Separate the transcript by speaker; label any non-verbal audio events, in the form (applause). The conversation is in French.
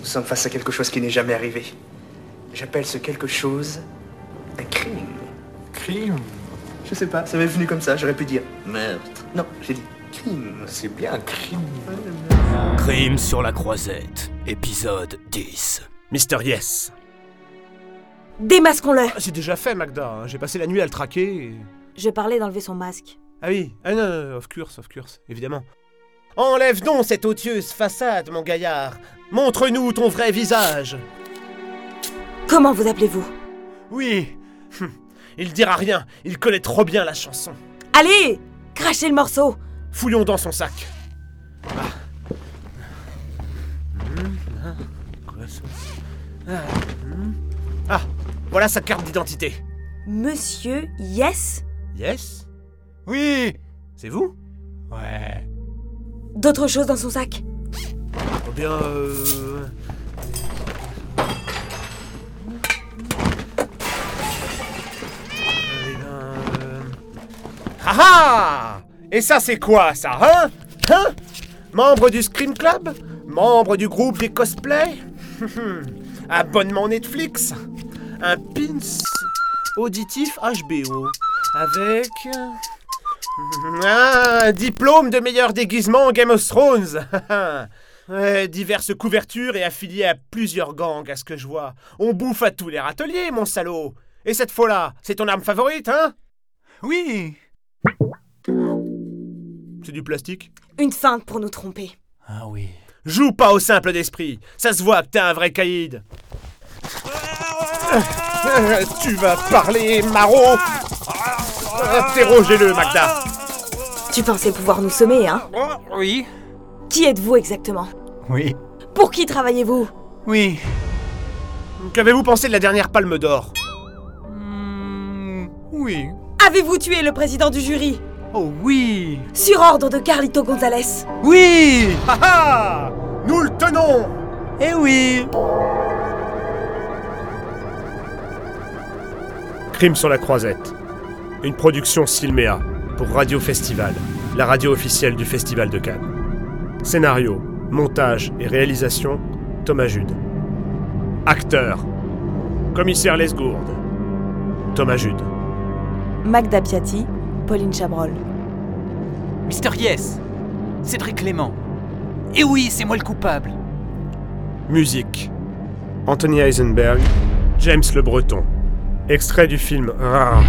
Speaker 1: Nous sommes face à quelque chose qui n'est jamais arrivé. J'appelle ce quelque chose un crime.
Speaker 2: Crime
Speaker 1: Je sais pas, ça m'est venu comme ça, j'aurais pu dire.
Speaker 3: Meurtre.
Speaker 1: Non, j'ai dit crime.
Speaker 2: C'est bien un crime.
Speaker 4: Crime sur la croisette, épisode 10.
Speaker 5: Mister Yes.
Speaker 6: Démasquons-le
Speaker 5: Ah, J'ai déjà fait, Magda. hein. J'ai passé la nuit à le traquer. et-
Speaker 6: Je parlais d'enlever son masque.
Speaker 5: Ah oui. Ah non, non, non, of course, of course, évidemment. Enlève donc cette odieuse façade, mon gaillard. Montre-nous ton vrai visage.
Speaker 6: Comment vous appelez-vous
Speaker 5: Oui. Hum, Il dira rien. Il connaît trop bien la chanson.
Speaker 6: Allez Crachez le morceau
Speaker 5: Fouillons dans son sac. Ah. Hum, ah, quoi, ça Ah, hum. Ah, voilà sa carte d'identité.
Speaker 6: Monsieur Yes
Speaker 5: Yes Oui C'est vous Ouais.
Speaker 6: D'autres choses dans son sac
Speaker 5: Eh bien, euh... Eh bien, euh, Ah ah Et ça, c'est quoi, ça, hein Hein Membre du Scream Club Membre du groupe des cosplays (laughs) Abonnement Netflix Un pins auditif HBO avec... Ah, un diplôme de meilleur déguisement en Game of Thrones (laughs) Ouais, diverses couvertures et affilié à plusieurs gangs, à ce que je vois. On bouffe à tous les râteliers, mon salaud Et cette fois-là, c'est ton arme favorite, hein
Speaker 7: Oui
Speaker 5: C'est du plastique
Speaker 6: Une feinte pour nous tromper.
Speaker 7: Ah oui.
Speaker 5: Joue pas au simple d'esprit Ça se voit que t'es un vrai
Speaker 7: (laughs)
Speaker 5: caïd Tu vas parler, Maro
Speaker 7: Ah.
Speaker 5: Interrogez-le, Magda
Speaker 6: Tu pensais pouvoir nous semer, hein
Speaker 7: Oui
Speaker 6: Qui êtes-vous exactement
Speaker 7: Oui.
Speaker 6: Pour qui travaillez-vous
Speaker 7: Oui.
Speaker 5: Qu'avez-vous pensé de la dernière palme d'or
Speaker 7: Hmm, oui.
Speaker 6: Avez-vous tué le président du jury
Speaker 7: Oh oui
Speaker 6: Sur ordre de Carlito Gonzalez
Speaker 7: Oui
Speaker 5: Ah ah Nous le tenons
Speaker 7: Eh oui
Speaker 2: Crime sur la croisette. Une production Silméa pour Radio Festival, la radio officielle du Festival de Cannes. Scénario, montage et réalisation, Thomas Jude. Acteur, commissaire Lesgourde, Thomas Jude.
Speaker 6: Magda Piatti, Pauline Chabrol.
Speaker 7: Mister Yes Cédric Clément Eh oui, c'est moi le coupable
Speaker 2: Musique, Anthony Heisenberg, James Le Breton. Extrait du film Rare